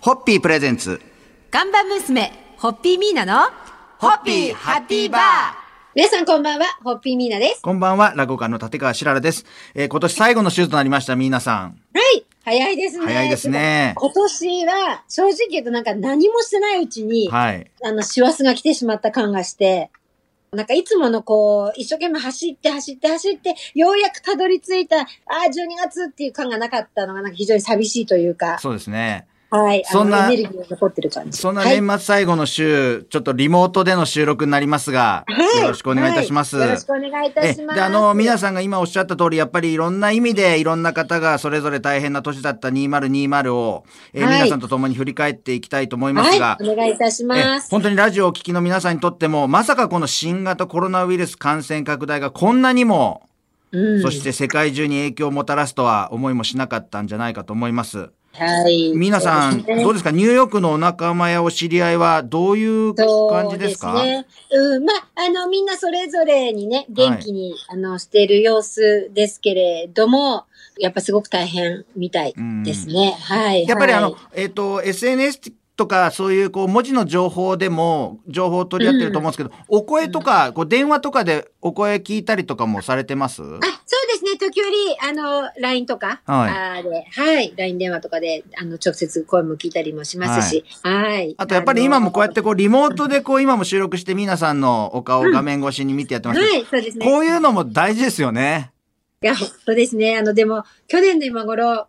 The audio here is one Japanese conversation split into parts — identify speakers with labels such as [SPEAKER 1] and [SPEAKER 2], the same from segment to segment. [SPEAKER 1] ホッピープレゼンツ。
[SPEAKER 2] 看板娘、ホッピーミーナの、
[SPEAKER 1] ホッピーハッピーバー
[SPEAKER 3] 皆さんこんばんは、ホッピーミーナです。
[SPEAKER 1] こんばんは、落語家の立川しららです。えー今年最後の週となりました、みーなさん。
[SPEAKER 3] はい早いですね。
[SPEAKER 1] 早いですね。
[SPEAKER 3] 今年は、正直言うとなんか何もしてないうちに、
[SPEAKER 1] はい。
[SPEAKER 3] あの、師走が来てしまった感がして、なんかいつものこう、一生懸命走って走って走って、ようやくたどり着いた、ああ、12月っていう感がなかったのが、なんか非常に寂しいというか、
[SPEAKER 1] そうですね。
[SPEAKER 3] はい。
[SPEAKER 1] そんな
[SPEAKER 3] あのエネルギーが残ってる感じ。
[SPEAKER 1] そんな
[SPEAKER 3] はい
[SPEAKER 1] 年末最後の週、ちょっとリモートでの収録になりますが、
[SPEAKER 3] はい
[SPEAKER 1] よろしくお願いいたします。
[SPEAKER 3] はいよろしくお願いいたします。
[SPEAKER 1] で、あの、皆
[SPEAKER 3] さ
[SPEAKER 1] さんが今おっしゃった通り、やっぱりいろんな意味で、いろんな方がそれぞれ大変な年だった2020を、えー
[SPEAKER 3] はい
[SPEAKER 1] 皆さんと共に振り返っていきたいと思いますが、
[SPEAKER 3] はい、お願いいたします。
[SPEAKER 1] え本当にラジオをお聞きの皆さんにとっても、まさかこの新型コロナウイルス感染拡大がこんなにも、
[SPEAKER 3] うん
[SPEAKER 1] そして世界中に影響をもたらすとは思いもしなかったんじゃないかと思います。
[SPEAKER 3] はい。
[SPEAKER 1] 皆さん、
[SPEAKER 3] そうですね
[SPEAKER 1] どうですかニューヨークのお仲間やお知り合いはどういう感じですか
[SPEAKER 3] そうですね。うん、まあ、あの、みんなそれぞれにね、元気に、あの、している様子ですけれども、やっぱすごく大変みたいですね。はい。
[SPEAKER 1] やっぱりあの
[SPEAKER 3] はい、
[SPEAKER 1] えっ、と、SNS とかそういうこう文字の情報でも情報を取り合ってると思うんですけど、お声とか、こう電話とかでお声聞いたりとかもされてます
[SPEAKER 3] あ、そうですね。時折、あの、LINE とか、
[SPEAKER 1] はい
[SPEAKER 3] あーで、はい。LINE 電話とかで、あの、直接声も聞いたりもしますし、はい。、
[SPEAKER 1] あとやっぱり今もこうやっててこうリモートでこう今も収録して皆さんのお顔を画面越しに見てやって
[SPEAKER 3] は
[SPEAKER 1] ますけど、
[SPEAKER 3] い、そうですね。
[SPEAKER 1] こういうのも大事ですよね。
[SPEAKER 3] いや、本当ですね。あの、でも、去年の今頃、あ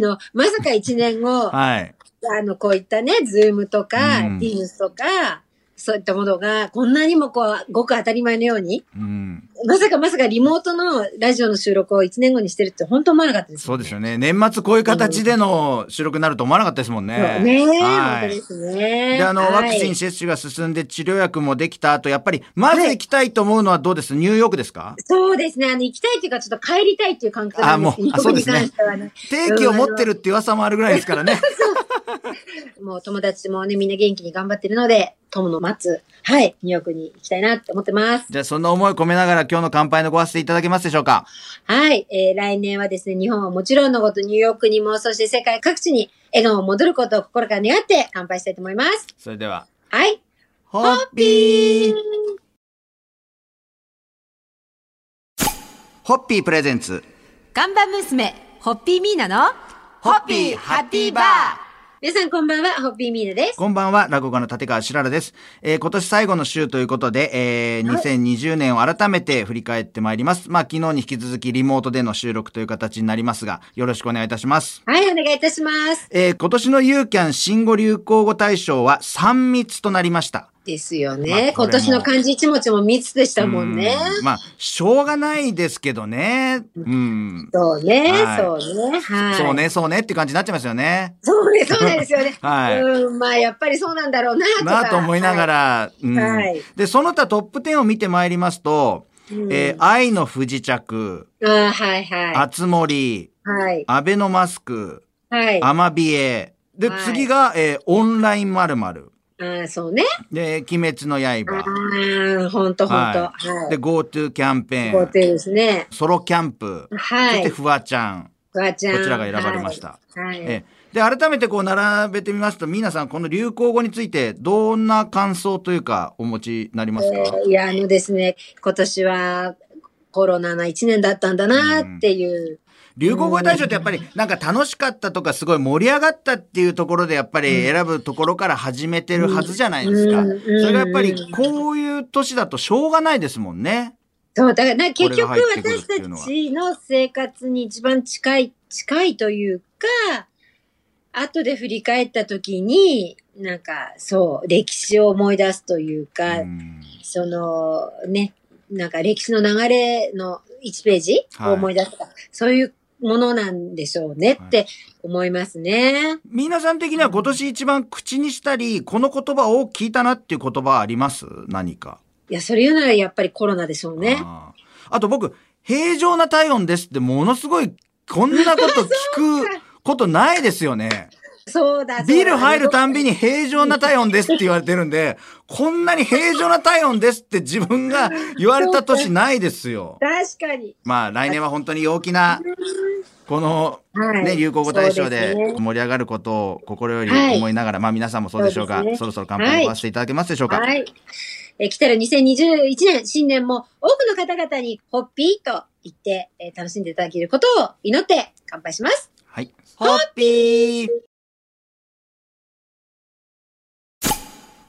[SPEAKER 3] の、まさか一年 後、
[SPEAKER 1] はい。
[SPEAKER 3] あの、こういったね、ズームとか、
[SPEAKER 1] うん
[SPEAKER 3] ティームスとか、そういったものが、こんなにもこう、ごく当たり前のように、
[SPEAKER 1] うん。
[SPEAKER 3] まさかまさかリモートのラジオの収録を1年後にしてるって本当思わなかったです、
[SPEAKER 1] そうですよね。年末こういう形での収録になると思わなかったですもんね。
[SPEAKER 3] ねえ、
[SPEAKER 1] は
[SPEAKER 3] 本
[SPEAKER 1] い
[SPEAKER 3] 当ですね。
[SPEAKER 1] で、あの、
[SPEAKER 3] はい
[SPEAKER 1] ワクチン接種が進んで治療薬もできた後、やっぱり、まず行きたいと思うのはどうですニューヨークですか
[SPEAKER 3] そうですね。あの、行きたいというか、ちょっと帰りたいっていう感覚なんですけど
[SPEAKER 1] あもうあそうですね
[SPEAKER 3] 日本に関してはね。
[SPEAKER 1] 定期を持ってるって噂もあるぐらいですからね。
[SPEAKER 3] もう友達もね、みんな元気に頑張ってるので、友の待つ、はい、ニューヨークに行きたいなって思ってます。
[SPEAKER 1] じゃあ、そんな思い込めながら今日の乾杯のごわせていただけますでしょうか
[SPEAKER 3] はい、えー来年はですね、日本はもちろんのこと、ニューヨークにも、そして世界各地に笑顔を戻ることを心から願って乾杯したいと思います。
[SPEAKER 1] それでは、
[SPEAKER 3] はい。
[SPEAKER 1] ホッピーホッピープレゼンツ。
[SPEAKER 2] 看板娘、ホッピーミーナの、
[SPEAKER 1] ホッピーハッピーバー
[SPEAKER 3] 皆さんこんばんは、ホッピーミーナです。
[SPEAKER 1] こんばんは、落語家の立川しららです。えー今年最後の週ということで、えー2020年を改めて振り返ってまいります。まあ、昨日に引き続きリモートでの収録という形になりますが、よろしくお願いいたします。
[SPEAKER 3] はい、お願いいたします。
[SPEAKER 1] えー今年のユーキャン新語・流行語大賞は3密となりました。
[SPEAKER 3] です
[SPEAKER 1] ま
[SPEAKER 3] よ
[SPEAKER 1] あこれ
[SPEAKER 3] ね。
[SPEAKER 1] も
[SPEAKER 3] 今年の漢字一文字も3つでしたもんね。
[SPEAKER 1] うんまあ、しょうがないですけどね。うん。
[SPEAKER 3] そうね、
[SPEAKER 1] はい
[SPEAKER 3] そうね、はい。
[SPEAKER 1] そう。ね、そうねって感じになっちゃいますよね。。
[SPEAKER 3] そうね、そうなんですよ ね
[SPEAKER 1] はい
[SPEAKER 3] うん、まあやっぱりそうなんだろうなとか。
[SPEAKER 1] なあと思いながら、うん
[SPEAKER 3] はい
[SPEAKER 1] で、その他トップ10を見てまいりますと、
[SPEAKER 3] はい。うん
[SPEAKER 1] えー愛の不時着、
[SPEAKER 3] あーはいはい。
[SPEAKER 1] 熱森、
[SPEAKER 3] はい。
[SPEAKER 1] アベノマスク、
[SPEAKER 3] はい。あ
[SPEAKER 1] アマビエ。で、
[SPEAKER 3] はい
[SPEAKER 1] 次が、えーオンラインまるまる
[SPEAKER 3] ーそうね。
[SPEAKER 1] で、鬼滅の刃。
[SPEAKER 3] ああ、ほんとほんと。
[SPEAKER 1] は
[SPEAKER 3] はい
[SPEAKER 1] で、。GoTo キャンペ
[SPEAKER 3] 豪
[SPEAKER 1] ーン。
[SPEAKER 3] 邸ですね。
[SPEAKER 1] ソロキャンプ。そ
[SPEAKER 3] は
[SPEAKER 1] して
[SPEAKER 3] い。
[SPEAKER 1] フワちゃん。
[SPEAKER 3] フワちゃん。
[SPEAKER 1] こちらが選ばれました
[SPEAKER 3] はい。はい
[SPEAKER 1] ええで、改めてこう並べてみますと、皆さんこの流行語についてどんな感想というかお持ちになりますか、
[SPEAKER 3] えーいや、あのですね、今年はコロナの1年だったんだなっていう。
[SPEAKER 1] 流行語大賞ってやっぱりなんか楽しかったとかすごい盛り上がったっていうところでやっぱり選ぶところから始めてるはずじゃないですか。
[SPEAKER 3] うんうんうん
[SPEAKER 1] それがやっぱりこういう年だとしょうがないですもんね。
[SPEAKER 3] そう、だからな結局
[SPEAKER 1] これが入ってくるって
[SPEAKER 3] 私
[SPEAKER 1] いう
[SPEAKER 3] た
[SPEAKER 1] のは
[SPEAKER 3] ちの生活に一番近い、近いというか、後で振り返った時に、なんかそう、歴史を思い出すというか、
[SPEAKER 1] うん
[SPEAKER 3] そのね、なんか歴史の流れの1ページを思い出すとか、そういうものなんでしょうねって思いますね。
[SPEAKER 1] 皆さん的には今年一番口にしたり、この言葉を聞いたなっていう言葉はあります何か。
[SPEAKER 3] いや、それ言うならやっぱりコロナでしょうね。
[SPEAKER 1] あーあと僕、平常な体温ですってものすごい、こんなこと聞くことないですよね。
[SPEAKER 3] そうだ、そうだ
[SPEAKER 1] ビール入るたんびに平常な体温ですって言われてるん で、こんなに平常な体温ですって自分が言われた年ないですよ。
[SPEAKER 3] 確かに。
[SPEAKER 1] まあ来年は本当に陽気なこの、
[SPEAKER 3] はい
[SPEAKER 1] ね、流行語大賞で
[SPEAKER 3] そうですね
[SPEAKER 1] 盛り上がることを心より
[SPEAKER 3] はい
[SPEAKER 1] 思いながら、まあ皆さんもそうでしょうが、
[SPEAKER 3] そうですね
[SPEAKER 1] そろそろ乾杯をさせていただけますでしょうか。
[SPEAKER 3] はい。えー来たる2021年、新年も多くの方々にホッピーと言って、えー楽しんでいただけることを祈って乾杯します。
[SPEAKER 1] はい。ホッピー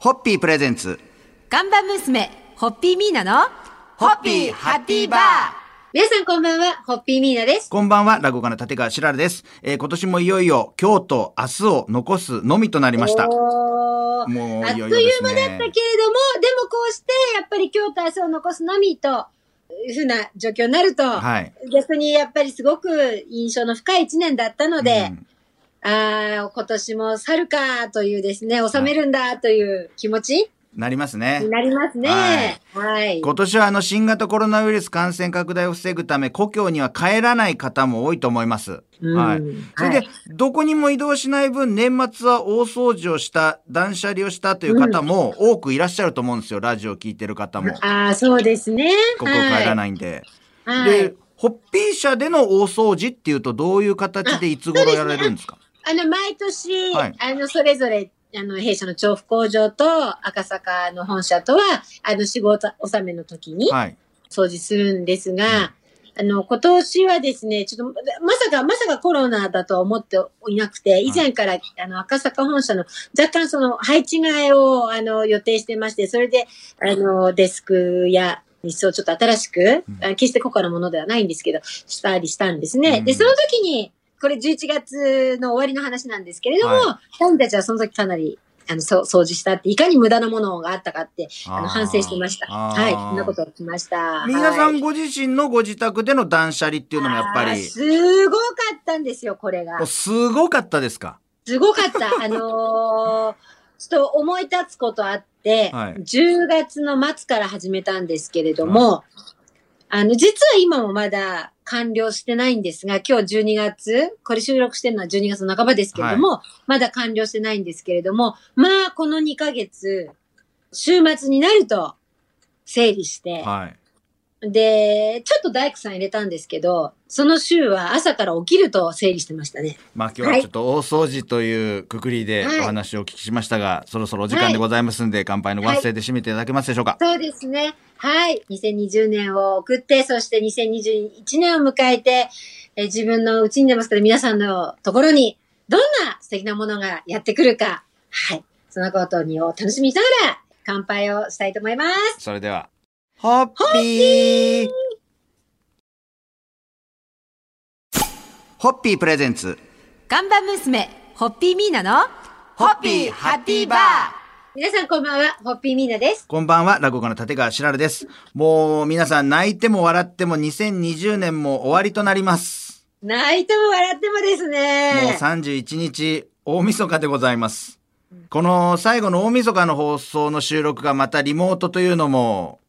[SPEAKER 1] ホッピープレゼンツ。
[SPEAKER 2] ガンバ娘、ホッピーミーナの、
[SPEAKER 1] ホッピーハッピーバー
[SPEAKER 3] 皆さんこんばんは、ホッピーミーナです。
[SPEAKER 1] こんばんは、落語家の立川しららです。えー今年もいよいよ、今日と明日を残すのみとなりました。
[SPEAKER 3] おー
[SPEAKER 1] もう
[SPEAKER 3] あ
[SPEAKER 1] い
[SPEAKER 3] っとい
[SPEAKER 1] よ
[SPEAKER 3] う
[SPEAKER 1] いよです
[SPEAKER 3] 間だったけれども、で
[SPEAKER 1] ね
[SPEAKER 3] も。こうして、やっぱり今日と明日を残すのみと、いうふうな状況になると、
[SPEAKER 1] はい。
[SPEAKER 3] 逆にやっぱりすごく印象の深い一年だったので、
[SPEAKER 1] うん
[SPEAKER 3] ああ、今年も去るかというですね、収めるんだという気持ち
[SPEAKER 1] なりますね
[SPEAKER 3] に。なりますね。はい。
[SPEAKER 1] 今年はあの新型コロナウイルス感染拡大を防ぐため故郷には帰らない方も多いと思います。
[SPEAKER 3] うん
[SPEAKER 1] はい
[SPEAKER 3] はい。
[SPEAKER 1] それで、どこにも移動しない分年末は大掃除をした断捨離をしたという方も多くいらっしゃると思うんですよ、ラジオを聞いてる方も。こ
[SPEAKER 3] ああ、そうですね。
[SPEAKER 1] こ帰ら
[SPEAKER 3] い。
[SPEAKER 1] ないんで。
[SPEAKER 3] はい。
[SPEAKER 1] でホッピー社での大掃除っていうとどういう形でいつ頃やられるんですか
[SPEAKER 3] あの、毎年、
[SPEAKER 1] はい
[SPEAKER 3] あの、それぞれ、あの、弊社の調布工場と赤坂の本社とは、あの、仕事納めの時に
[SPEAKER 1] はい。
[SPEAKER 3] 掃除するんですが、あの、今年はですね、ちょっと、まさか、まさかコロナだとは思っていなくて、以前から、あの、赤坂本社の若干その、配置替えを、あの、予定してまして、それで、あの、デスクや、椅子をちょっと新しく、
[SPEAKER 1] うん
[SPEAKER 3] あ決して高価なものではないんですけど、したりしたんです
[SPEAKER 1] う
[SPEAKER 3] ね。
[SPEAKER 1] ん
[SPEAKER 3] で、その時に、これ11月の終わりの話なんですけれども、
[SPEAKER 1] は
[SPEAKER 3] 私たちはその時かなり、あの、そう掃除したって、いかに無駄なものがあったかって、あの、反省してました。
[SPEAKER 1] あー
[SPEAKER 3] はい。そんなことを聞きました。
[SPEAKER 1] 皆さ
[SPEAKER 3] はい
[SPEAKER 1] んご自身のご自宅での断捨離っていうのもやっぱ
[SPEAKER 3] あー
[SPEAKER 1] り、
[SPEAKER 3] すごかったんですよ、これが
[SPEAKER 1] お。すごかったですか
[SPEAKER 3] すごかった。 あのーちょっと思い立つことあって、
[SPEAKER 1] はい
[SPEAKER 3] 10月の末から始めたんですけれども、あの、実は今もまだ完了してないんですが、今日12月、これ収録してるのは12月の半ばですけれども、まだ完了してないんですけれども、まあ、この2ヶ月、週末になると、整理して、
[SPEAKER 1] はい。
[SPEAKER 3] で、ちょっと大工さん入れたんですけど、その週は朝から起きると整理してましたね。
[SPEAKER 1] まあ今日はちょっと大掃除というくくりで
[SPEAKER 3] はい
[SPEAKER 1] お話をお聞きしましたが、そろそろお時間でございますんで、乾杯のご発声で締めていただけますでしょうか。
[SPEAKER 3] そうですね。はい。2020年を送って、そして2021年を迎えて、えー自分のうちに出ますけど、皆さんのところに、どんな素敵なものがやってくるか、はい。そのことにを楽しみにしながら、乾杯をしたいと思います。
[SPEAKER 1] それでは、ホッピーホッピープレゼンツ、
[SPEAKER 2] ガンバ娘、ホッピーミーナの、
[SPEAKER 1] ホッピーハッピーバー
[SPEAKER 3] 皆さんこんばんは、ホッピーミーナです。
[SPEAKER 1] こんばんは、落語家の立川しらるです。もう皆さん泣いても笑っても2020年も終わりとなります。
[SPEAKER 3] 泣いても笑ってもです
[SPEAKER 1] もう
[SPEAKER 3] ね。
[SPEAKER 1] 31日、大晦日でございます。この最後の大晦日の放送の収録がまたリモートというのも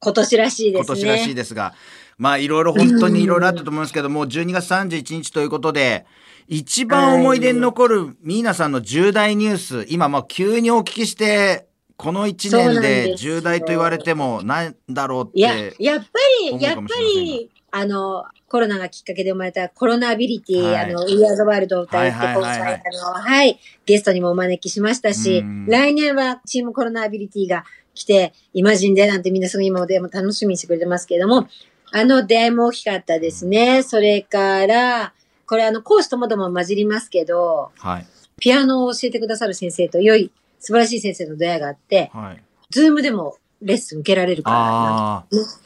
[SPEAKER 3] 今年らしいです
[SPEAKER 1] 今
[SPEAKER 3] ね。
[SPEAKER 1] 年らしいですが、まあいろいろ本当にいろいろあったと思いますけども、12月31日ということで、一番思い出に残るミーナさんの重大ニュース、今まあ急にお聞きして、この1
[SPEAKER 3] そうな
[SPEAKER 1] 年
[SPEAKER 3] んです
[SPEAKER 1] で
[SPEAKER 3] よ
[SPEAKER 1] 重大と言われてもなんだろうっ
[SPEAKER 3] いや
[SPEAKER 1] て、、
[SPEAKER 3] やっぱ
[SPEAKER 1] 思う
[SPEAKER 3] り、
[SPEAKER 1] か
[SPEAKER 3] やっぱ
[SPEAKER 1] もしれませんが
[SPEAKER 3] り、あの、コロナがきっかけで生まれたコロナアビリティ、
[SPEAKER 1] はい
[SPEAKER 3] あの、We Are the World を歌うって
[SPEAKER 1] はいはい
[SPEAKER 3] 今
[SPEAKER 1] はいはい
[SPEAKER 3] 回、あの、はい、ゲストにもお招きしましたし
[SPEAKER 1] うん、
[SPEAKER 3] 来年はチームコロナアビリティが来て、イマジンでなんてみんなすごい今でも楽しみにしてくれてますけれども、あの出会いも大きかったですね。それから、これあの、講師ともども混じりますけど、
[SPEAKER 1] はい、
[SPEAKER 3] ピアノを教えてくださる先生と良い、素晴らしい先生の出会いがあって、
[SPEAKER 1] はい。
[SPEAKER 3] ズームでもレッスン受けられるからなんか
[SPEAKER 1] あ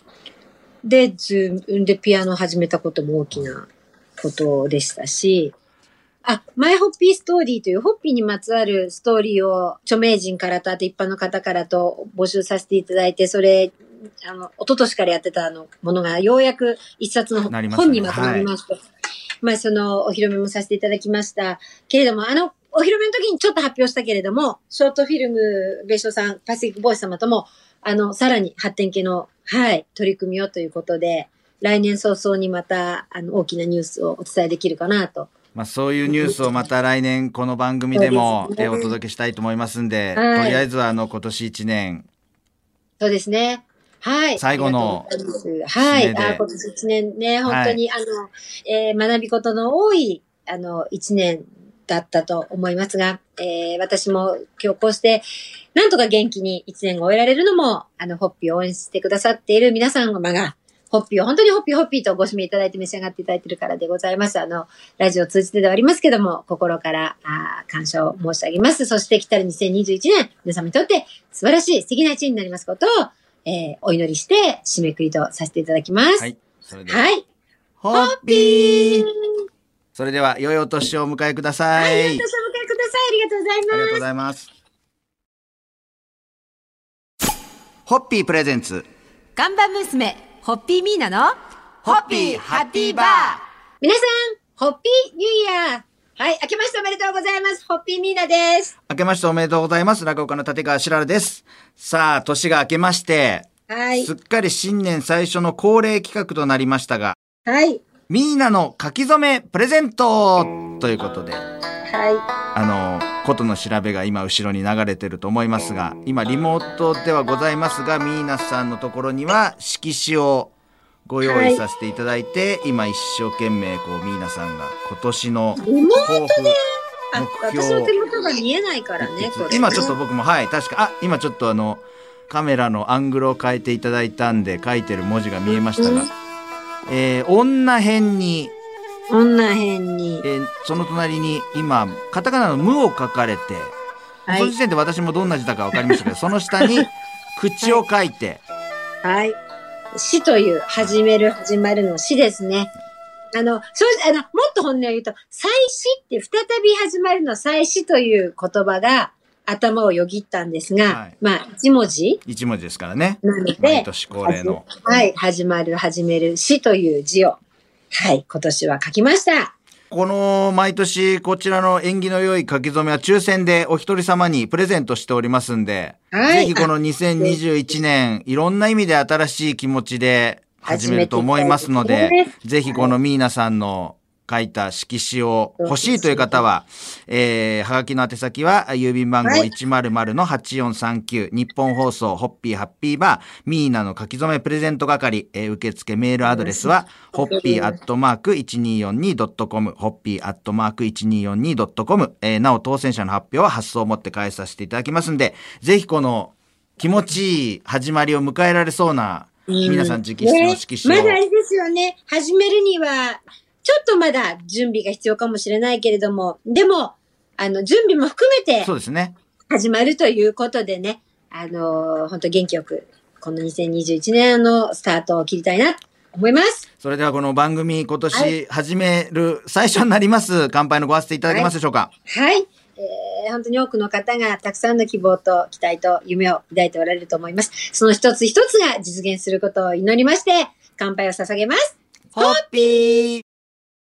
[SPEAKER 3] で、ズームでピアノを始めたことも大きなことでしたし、あ、マイホッピーストーリーというホッピーにまつわるストーリーを著名人からとあと一般の方からと募集させていただいて、それ、あの、一昨年からやってたあの、ものがようやく一冊の
[SPEAKER 1] なりますね
[SPEAKER 3] 本にまとまりまして、まあそのお披露目もさせていただきましたけれども、あの、お披露目の時にちょっと発表したけれども、ショートフィルム、別所さん、パシフィックボーイス様ともあの、さらに発展系の、はい、取り組みをということで、来年早々にまた、あの、大きなニュースをお伝えできるかなと。
[SPEAKER 1] ーまあそういうニュースをまた来年この番組でも
[SPEAKER 3] そうですね
[SPEAKER 1] えお届けしたいと思いますんで、
[SPEAKER 3] はい
[SPEAKER 1] とりあえずはあの今年1年
[SPEAKER 3] そうですね。はい。
[SPEAKER 1] 最後の
[SPEAKER 3] ありがとうございます。
[SPEAKER 1] 締
[SPEAKER 3] は
[SPEAKER 1] め
[SPEAKER 3] い。
[SPEAKER 1] で
[SPEAKER 3] あ今年一年ね、本当に、あの、えー学び事の多い、あの、一年だったと思いますが、えー私も今日こうして、なんとか元気に一年を終えられるのも、あの、ホッピーを応援してくださっている皆様が、ホッピーを本当にホッピーホッピーとご指名いただいて召し上がっていただいているからでございます。あの、ラジオを通じてではありますけども、心から、あー感謝を申し上げます。そして来たる2021年、皆様にとって素晴らしい素敵な一年になりますことを、えーお祈りして、締めくりとさせていただきます。
[SPEAKER 1] は
[SPEAKER 3] はい。
[SPEAKER 1] い。それでは、
[SPEAKER 3] はい。
[SPEAKER 1] ホッピーそれでは、良いお年をお迎えくださ
[SPEAKER 3] はい。
[SPEAKER 1] い。
[SPEAKER 3] お年をお迎えください。ありがとうございます
[SPEAKER 1] ありがとうございます。ホッピープレゼンツ。
[SPEAKER 2] ガンバ娘、ホッピーミーナの、
[SPEAKER 1] ホッピーハッピーバー
[SPEAKER 3] 皆さん、ホッピーニューイヤー。はい、明けましておめでとうございます。ホッピーミーナです。
[SPEAKER 1] 明けましておめでとうございます。落語家の立川しらるです。さあ、年が明けまして、
[SPEAKER 3] はい
[SPEAKER 1] すっ。かり新年最初の恒例企画となりましたが、
[SPEAKER 3] はい。
[SPEAKER 1] ミーナの書き初めプレゼントということで、
[SPEAKER 3] は
[SPEAKER 1] あの、ことの調べが今後ろに流れてると思いますが、今リモートではございますが、ミーナさんのところには色紙をご用意させていただいて、今一生懸命こうミーナさんが今年の
[SPEAKER 3] い。リモ
[SPEAKER 1] 抱負、
[SPEAKER 3] あ、
[SPEAKER 1] 目
[SPEAKER 3] 私
[SPEAKER 1] 標
[SPEAKER 3] の手元が見えないからね、これ。
[SPEAKER 1] 今ちょっと
[SPEAKER 3] ね。
[SPEAKER 1] 僕も、はい、確か、あ、今ちょっとあの、カメラのアングルを変えていただいたんで、書いてる文字が見えましたが、えー女編に、
[SPEAKER 3] こんな辺に。
[SPEAKER 1] えーその隣に今、カタカナの無を書かれて、
[SPEAKER 3] は
[SPEAKER 1] その
[SPEAKER 3] い
[SPEAKER 1] 時。点で私もどんな字だかわかりましたけど、その下に、口を書いて、
[SPEAKER 3] はい。死という、始める、始まるの死ですね。あの、正直、あの、もっと本音を言うと、再死って、再び始まるの再死という言葉が頭をよぎったんですが、
[SPEAKER 1] はい
[SPEAKER 3] まあ、一文字
[SPEAKER 1] 一文字ですからね。
[SPEAKER 3] なので、
[SPEAKER 1] 毎年恒例の。
[SPEAKER 3] はい、始まる、始める、死という字を、はい、今年は書きました。
[SPEAKER 1] この、毎年、こちらの縁起の良い書き初めは抽選でお一人様にプレゼントしておりますんで、
[SPEAKER 3] は
[SPEAKER 1] ぜ
[SPEAKER 3] い
[SPEAKER 1] ひこの2021年、いろんな意味で新しい気持ちで始めると思いますの
[SPEAKER 3] 始
[SPEAKER 1] で
[SPEAKER 3] めていきたいで、
[SPEAKER 1] ぜひこのミーナさんの書いた色紙を欲しいという方は、えー、はがきの宛先は、郵便番号
[SPEAKER 3] はい
[SPEAKER 1] 100-8439、日本放送、ホッピーハッピーバー、ミーナの書き初めプレゼント係、えー受付メールアドレスは、ホッピーアットマーク 1242.com、ホッピーアットマーク 1242.com、えーなお当選者の発表は発送をもって返させていただきますんで、ぜひこの気持ちいい始まりを迎えられそうな、皆さん直筆の色紙を、
[SPEAKER 3] ねまだあれですよね。始めるには、ちょっとまだ準備が必要かもしれないけれども、でも、あの、準備も含めて
[SPEAKER 1] そう、ですね。
[SPEAKER 3] 始まるということでね、あのー、本当元気よく、この2021年のスタートを切りたいな、と思います。
[SPEAKER 1] それではこの番組今
[SPEAKER 3] は
[SPEAKER 1] 年始める最初になります乾杯のご挨拶いただけますでしょうか、
[SPEAKER 3] はい。えー本当に多くの方がたくさんの希望と期待と夢を抱いておられると思います。その一つ一つが実現することを祈りまして、乾杯を捧げます。
[SPEAKER 1] ホッピー